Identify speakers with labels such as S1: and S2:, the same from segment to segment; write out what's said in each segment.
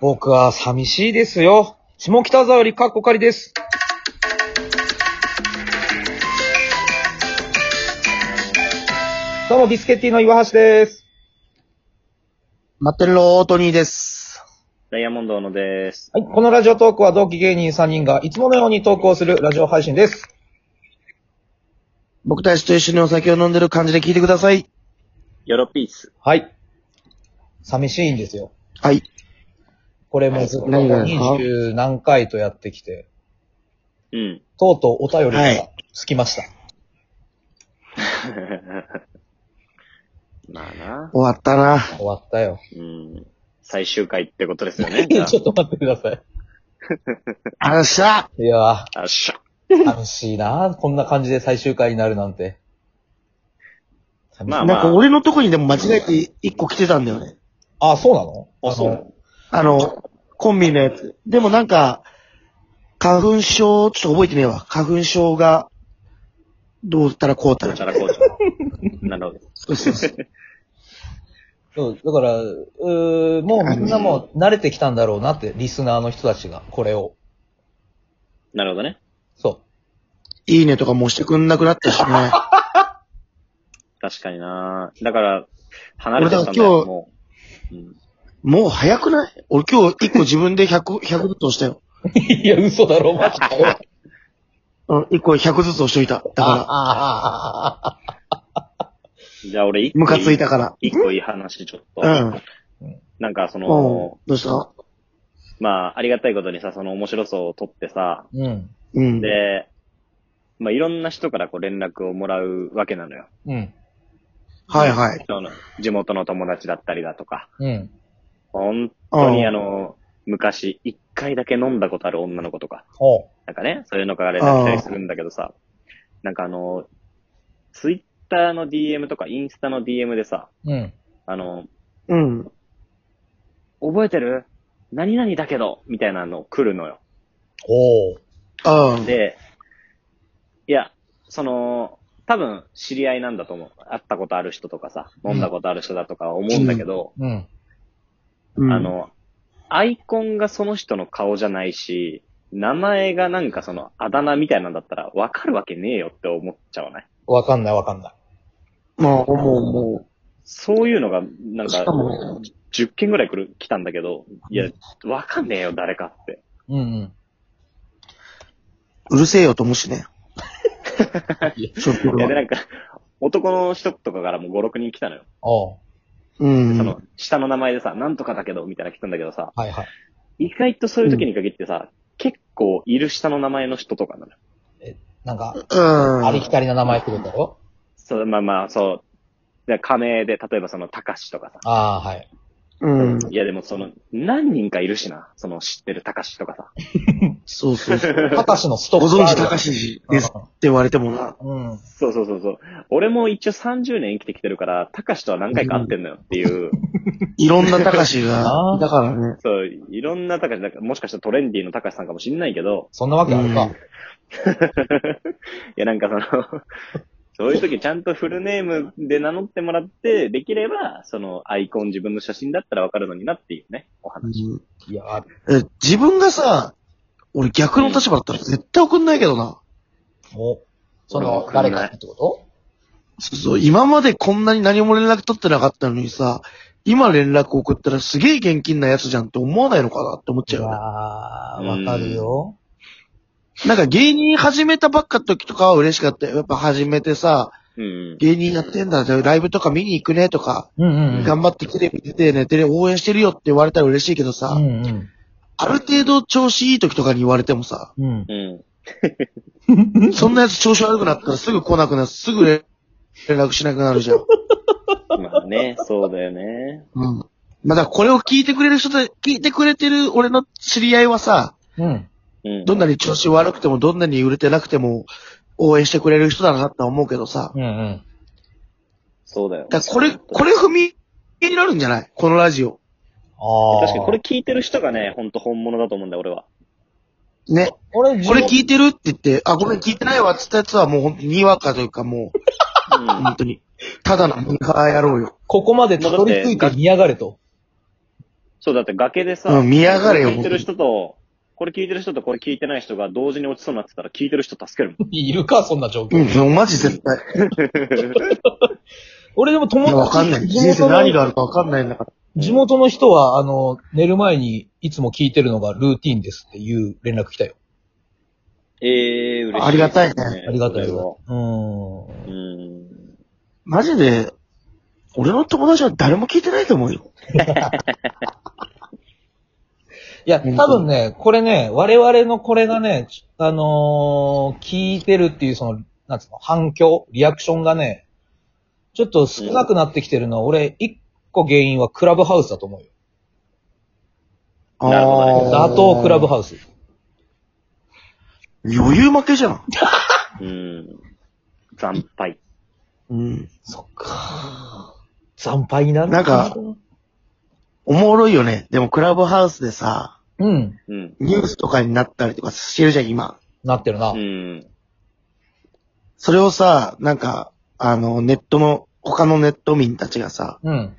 S1: 僕は寂しいですよ。下北沢よりかっこかりです。どうも、ビスケッティの岩橋です。
S2: 待ってるロートニーです。
S3: ダイヤモンドのです。
S1: はい、このラジオトークは同期芸人3人がいつものようにトークをするラジオ配信です。
S2: 僕たちと一緒にお酒を飲んでる感じで聞いてください。
S3: ヨロピース。
S1: はい。寂しいんですよ。
S2: はい。
S1: これもずっと
S2: 何がですか
S1: 二十何回とやってきて、
S3: うん。
S1: とうとうお便り
S2: は
S1: が
S2: い
S1: つきました。
S3: まあな。
S2: 終わったな。
S1: 終わったよ。
S3: うん。最終回ってことで すよね。
S1: ち
S3: じ
S1: ょ
S3: ゃ
S1: っと待ってください。
S2: あらっしゃ
S1: いや
S3: あ、あっしゃ。
S1: ー、楽しいなこんな感じで最終回になるなんて。
S3: まあ
S2: なんか俺のとこにでも間違えて一個来てたんだよね。
S1: あ、そうなの
S3: あそう
S1: の
S2: あの、コンビのやつ。でもなんか、花粉症、ちょっと覚えてねえわ。花粉症が、どうたらこうた
S3: どうちゃ
S2: ら。
S3: らこうちゃら。 なるほど。
S2: そうそうそう
S1: そう、だから、うーもうみんなもう慣れてきたんだろうなって、リスナーの人たちが、これを。
S3: なるほどね。
S1: そ
S2: いいねとかもうしてくんなくなったしね。
S3: 確かにな。だから、離れてたんだ
S2: 俺だか
S3: よ、
S2: ら
S3: もう。うん。
S2: もう早くない俺今日一個自分で100、100ずつ押したよ。
S1: う。 いや、嘘だろ、マジかよ。
S2: うん、一個100ずつ押しといた。だから、
S1: ああ
S3: じゃあ俺一個。
S2: ムカついたから。
S3: 一個いい話、ちょっと。
S2: うん。
S3: なんか、そ
S2: うん
S3: の、。
S2: どうした
S3: まあ、ありがたいことにさ、その面白さを取ってさ、
S1: うん。
S2: うん。
S3: で、まあ、いろんな人からこう連絡をもらうわけなのよ。
S1: うん。
S2: はいはい。
S3: その、地元の友達だったりだとか。
S1: うん。
S3: 本当に
S2: うん
S3: あの、昔、一回だけ飲んだことある女の子とか、
S1: おう。
S3: なんかね、そういうのから連絡来たりするんだけどさ、なんかあの、ツイッターの DM とかインスタの DM でさ、
S1: うん。
S3: あの、
S2: うん。
S3: 覚えてる何々だけどみたいなの来るのよ。
S1: おう。
S2: あ
S3: で、いや、その、多分知り合いなんだと思う。会ったことある人とかさ、飲んだことある人だとかは思うんだけど、
S1: うん。
S2: うん。
S3: あ、の、アイコンがその人の顔じゃないし、名前がなんかそのあだ名みたいなんだったらわかるわけねえよって思っちゃわない
S1: わかんないわかんない。
S2: もう、もう、も
S3: そういうのが、なん
S2: う。
S3: か
S2: し、かも、
S3: 10件ぐらい来る、来たんだけど、いや、わかんねえよ、誰かって。
S1: うんうん。
S2: うるせえよと思うし ね。ちょっと
S3: いや、で、なんか、男の人とかからも5、6人来たのよ。
S1: おう。
S2: う
S3: で
S2: ん。
S3: その、下の名前でさ、なんとかだけど、みたいなの来たんだけどさ、
S1: はいはい。
S3: 意外とそういう時に限ってさ、結構いる下の名前の人とかなのよ。
S1: なんか、
S2: うん。
S1: ありきたりな名前来るんだろ
S3: そう、まあまあ、そう。で仮名で、例えばその、たかしとかさ、
S1: ああ、はい。
S2: うん。
S3: いやでもその、何人かいるしな。その知ってるたかしとかさ。
S2: そうそうそう。
S1: たかしのストッ
S2: ご
S1: ク
S2: 存
S1: あ
S2: 知
S1: る
S2: 高橋ですって言われてもな。
S1: うん。うん。
S3: そうそうそうそう。俺も一応30年生きてきてるから、たかしとは何回か会ってんのよっ ていう。
S2: いろんな高橋
S1: あ
S2: が、
S1: ー
S2: だからね。
S3: そう、いろんなたかし、なんかもしかしたらトレンディーのたかしさんかもしんないけど、
S1: そんなわけあるか。
S3: いやなんかその、 そういう時ちゃんとフルネームで名乗ってもらって、できれば、そのアイコン自分の写真だったらわかるのになっていうね、お話。
S2: うん
S1: いや、あ
S2: え自分がさ、俺逆の立場だったら絶対送んないけどな。
S1: お。その、誰かってこと
S2: そうそう、今までこんなに何も連絡取ってなかったのにさ、今連絡送ったらすげえ現金なやつじゃんって思わないのかなって思っ
S1: い
S2: ちゃ
S1: や
S2: う
S1: ー、
S2: よね。
S1: わかるよ。
S2: なんか芸人始めたばっかの時とかは嬉しかったよ。やっぱ始めてさ、
S3: うん。
S2: 芸人やってんだ、じゃあライブとか見に行くねとか、
S1: うんうんうん。
S2: 頑張ってテレビ出てね、テレビ応援してるよって言われたら嬉しいけどさ、
S1: うんうん。
S2: ある程度調子いい時とかに言われても さ、
S1: うん。
S3: うん。
S2: そんなやつ調子悪くなったらすぐ来なくなる、すぐ連絡しなくなるじゃん。
S3: まあね、そうだよね。
S2: うん。まあだからこれを聞いてくれる人で、聞いてくれてる俺の知り合いはさ、
S1: うん。
S3: うん。
S2: どんなに調子悪くてもどんなに売れてなくても応援してくれる人だなって思うけどさ、
S1: うんうん。
S3: そうだよ。
S2: だからこれ、これ踏み入れられるんじゃないこのラジオ。
S1: ああ。
S3: 確かにこれ、聞いてる人がね、ほんと本物だと思うんだよ、俺は。
S2: ね。
S1: 俺、
S2: これ聞いてるって言って、あ、ごめん聞いてないわって言ったやつはもう本当ににわかというかもう、
S3: うん
S2: 本当に。ただのにわか野郎よ。
S1: ここまでたどり着いて見やがれと。
S3: そう、だって崖でさ、
S2: うん見やがれよ
S3: こ聞いてる人と、これ聞いてる人とこれ聞いてない人が同時に落ちそうになってたら聞いてる人助けるも ん。
S1: いるか、そんな状況。
S2: うん、もうマジ絶対。
S1: 俺でも友
S2: い
S1: 達、
S2: やわかんない。人生何があるかわかんないんだから。
S1: 地元の人は、あの、寝る前にいつも聞いてるのがルーティンですっていう連絡来たよ。
S3: ええ嬉しい、
S2: ありがたいね
S1: ありがたい
S3: それは
S1: よ。うー。
S3: うんん。
S2: マジで、俺の友達は誰も聞いてないと思うよ。
S1: いや、
S2: 本当に
S1: 多分ね、これね、我々のこれがね、ちあのー聞いてるっていうその、なんつうの、反響リアクションがね、ちょっと少なくなってきてるのは、俺、一個原因はクラブハウスだと思うよ。
S3: なるほどね
S1: 打倒クラブハウス。
S2: 余裕負けじゃん。
S3: うん。惨敗。
S2: うん。
S1: そっか。惨敗になる
S2: なんか、おもろいよね。でもクラブハウスでさ、
S1: うん、
S3: うん。
S2: ニュースとかになったりとかしてるじゃん、今。
S1: なってるな。
S3: うん。
S2: それをさ、なんか、あの、ネットの、他のネット民たちがさ、
S1: うん。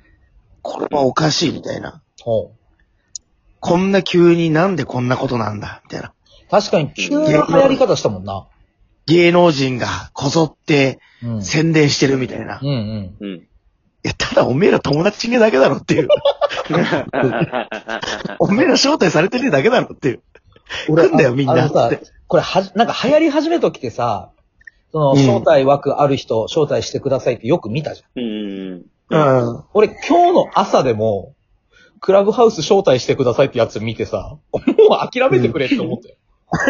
S2: これはおかしいみたいな。
S1: ほう
S2: こんな急になんでこんなことなんだみたいな。
S1: 確かに、急な流行り方したもんな。
S2: 芸能人がこぞって
S1: うん。うん
S2: 宣伝してるみたいな。い
S1: うん。
S3: うん。
S2: や、ただおめえら友達いねえだけだろっていう。おめえら招待されてねえだけだろっていう。来んだよみんな
S1: あのさ
S2: って、
S1: これはじ、なんか流行り始めときてさ、その、
S2: うん
S1: 招待枠ある人、招待してくださいってよく見たじゃん。
S3: うん。
S2: うん。
S1: 俺、今日の朝でも、クラブハウス招待してくださいってやつ見てさ、もう諦めてくれって思ったよ。 なか無
S3: でもなんんか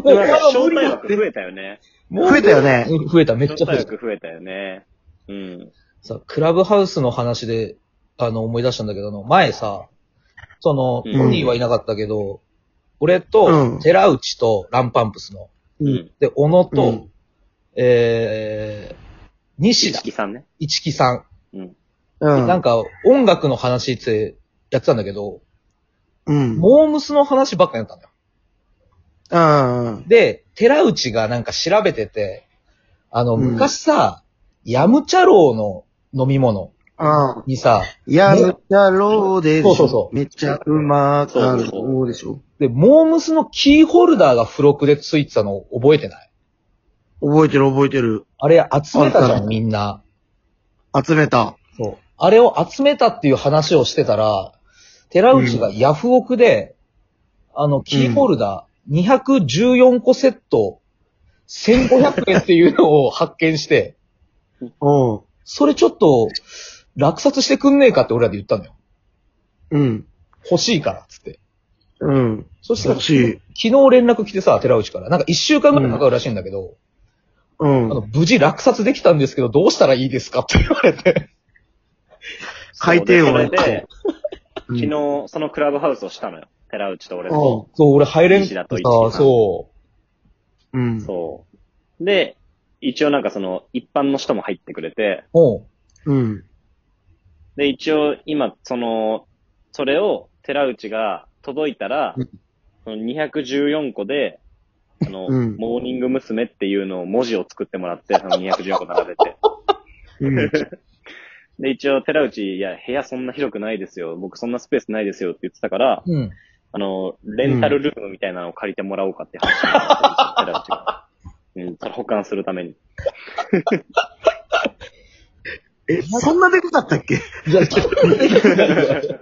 S3: 招
S1: 理
S3: 待
S1: だっ
S3: 枠
S1: て
S3: 増えたよね。
S2: 増えたよね。
S1: うん増えた、めっちゃ
S3: 招
S1: 増え
S3: 待
S1: た。
S3: 枠増えたよね。うん。
S1: さ、クラブハウスの話で、あの、思い出したんだけど、あの、前さ、その、
S3: うん
S1: ポニーはいなかったけど、俺
S2: う
S1: と
S2: ん、
S1: 寺内とランパンプスの、
S2: うん。
S1: で、小野と、
S2: うん
S1: えー、西田
S3: 一、木さんね。
S1: 一木さ。
S3: うん。
S2: うん
S1: なん
S2: ん。
S1: か、音楽の話ってやってたんだけど、
S2: うん。
S1: モームスの話ばっかやったんだよ。
S2: うん。
S1: で、寺内がなんか調べてて、あの、
S2: うん
S1: 昔さ、ヤムチャロウの飲み物
S2: うん。
S1: にさ、
S2: やるやろうでし
S1: そ
S2: ょ。
S1: うそうそう
S2: めっちゃうまかろうでしょ。
S1: で、モームスのキーホルダーが付録で付いてたの覚えてない
S2: 覚えてる覚えてる。
S1: あれ集めたじゃ
S2: あそ
S1: ん、
S2: う
S1: みんな。
S2: 集めた。
S1: そう。あれを集めたっていう話をしてたら、寺内がヤフオクで、あの、キーホルダー214個セット、1500円っていうのを発見して、
S2: おう
S1: それちょっと、落札してくんねえかって俺らで言ったのよ。
S2: うん。
S1: 欲しいから、つって。
S2: うん。
S1: そしたら、
S2: 欲
S1: 昨
S2: しい
S1: 日連絡来てさ、寺内から。なんか一週間ぐらいかかるらしいんだけど、
S2: う
S1: あの、
S2: ん。
S1: 無事落札できたんですけど、どうしたらいいですかって言われて。
S2: 回転
S3: そう
S2: 音
S3: でそれ
S2: う
S3: で、
S2: ん
S3: 昨日、そのクラブハウスをしたのよ。寺内と俺で。
S2: おう
S1: そう、俺入れんくて
S3: 西
S1: さ
S3: 田と一木さん
S1: そ
S2: うん。
S3: そう。で、一応なんかその、一般の人も入ってくれて、
S1: う。うん。
S2: うん。
S3: で、一応今、その、それを寺内が届いたら
S2: うん、
S3: その214個で、あの、
S2: うん
S3: モーニング娘。っていうのを文字を作ってもらって、その214個並べて。
S2: うん。
S3: で、一応寺内、いや、部屋そんな広くないですよ。僕そんなスペースないですよって言ってたから、
S1: うん。
S3: あの、レンタルルームみたいなのを借りてもらおうかって話になってるんですよ、寺内が。うん、それ保管するために。
S2: え、そんなでかかったっけ
S1: い や、ちょっと待って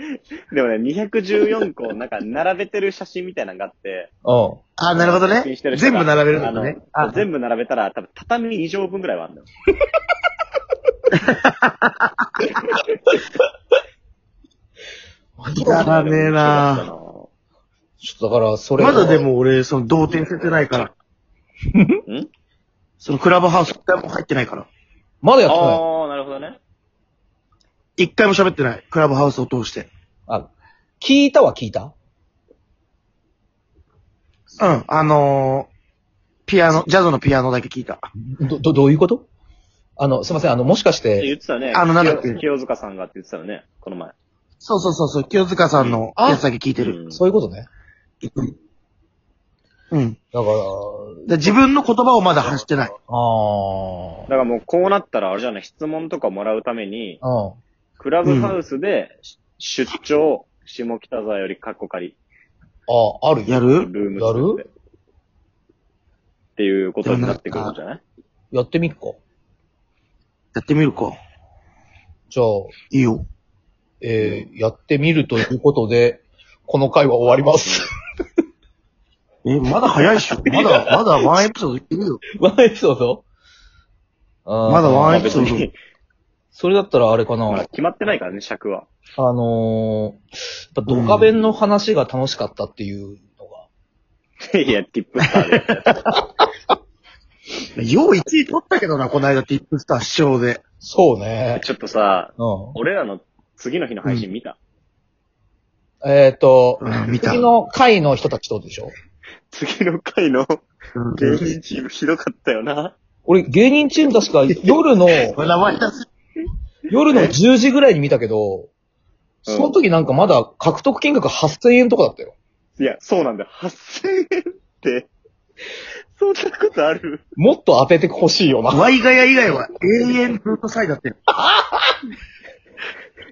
S3: でもね、214個、なんか、並べてる写真みたいなのがあって。
S1: うん。
S2: あ、なるほどね
S3: 写真してる。人
S2: 全
S3: が
S2: 部並べるんだね。
S3: あの全部並べたら、多分畳2畳分ぐらいはあるんだよ。
S2: くだらねえな
S1: ちょっとだから、それ。
S2: まだで。も俺、その、同点せてないから。
S3: ん
S2: そのクラブハウス一回も入ってないから。
S1: まだやってない。
S3: ああ、なるほどね。
S2: 一回も喋ってない。クラブハウスを通して。
S1: あ、聞いたは聞いた
S2: うん。あのー、ピアノ、ジャズのピアノだけ聞いた。
S1: ど、ど、どういうことあの、すいません、あの、もしかし
S3: 言
S1: て、
S3: ってたね。
S2: あのなんだっけ
S3: 清清塚さんがって言ってたよね、この前。
S2: そうそうそうそう、清塚さんのやつだけ聞いてる。
S3: うん
S1: そういうことね。
S2: うん。
S1: だから、
S2: で自分の言葉をまだ発してな
S1: あ
S2: い。
S3: だからもう、こうなったら、あれじゃない、質問とかもらうために、
S1: あ。
S3: クラブハウスでし出張、下北沢よりカッコ仮、
S1: ああ、ある
S2: や
S1: や
S3: ル
S2: る
S3: ーム作って。っていうことになってくるんじゃない
S1: やってみっか。
S2: やってみるか。
S1: じゃあ、
S2: いいよ。
S1: えー、やってみるということで、この回は終わります。
S2: え、まだ早いっしょ。まだ、まだワンエピソードいけるよ。
S1: ワンエピソードま
S2: まだワンエピ
S3: 別
S2: ソード。
S3: に、
S1: それだったらあれかな。
S3: まあ決まってないからね、尺は。
S1: あのー、やっぱドカベンの話が楽しかったっていうのが。
S3: いや、ティップスターで。
S2: よう1位取ったけどな、この間、ティップスター視聴で。
S1: そうね。
S3: ちょっとさ、
S1: う
S3: 俺らの次の日の配信見た、
S1: ん。えっ、ー、と、
S2: うん、見た。
S1: 次の回の人たちとでしょ
S3: 次の回の
S2: うん
S3: 芸人チームひどかったよな。
S1: 俺、芸人チーム確か夜 の、
S2: これ名前出す。
S1: 夜の10時ぐらいに見たけど、その時なんかまだ獲得金額8000円とかだったよ。
S3: いや、そうなんだよ。8000円って、そんなことある
S1: もっと当ててほしいよな。
S2: ワイガヤ以外は永遠ずっとサイだってる。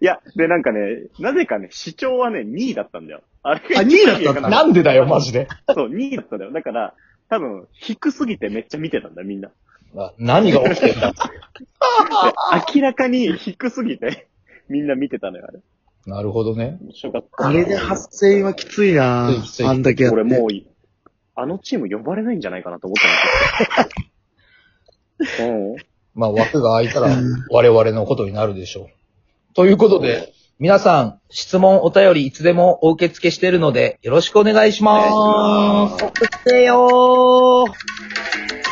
S3: いや、で、なんかね、なぜかね、視聴はね、2位だったんだよ。あれ
S2: あ2位だったんだ
S1: なんでだよ、マジで。
S3: そう、2位だったんだよ。だから、多分、低すぎてめっちゃ見てたんだよ、みんな。
S1: な何が起きてるんだ
S3: で明らかに低すぎて、みんな見てたのよ、あれ。
S1: なるほどね。
S3: 面白かった。
S2: あれで8000円はきついな
S1: きついきつい
S2: あんだけやって。
S3: 俺もう、あのチーム呼ばれないんじゃないかなと思ったの。 うん。
S1: まあ枠が空いたら我々のことになるでしょう。ということで、皆さん、質問、お便り、いつでもお受け付けしているので、よろしくお願いします。
S3: お願いします
S1: 送ってよー。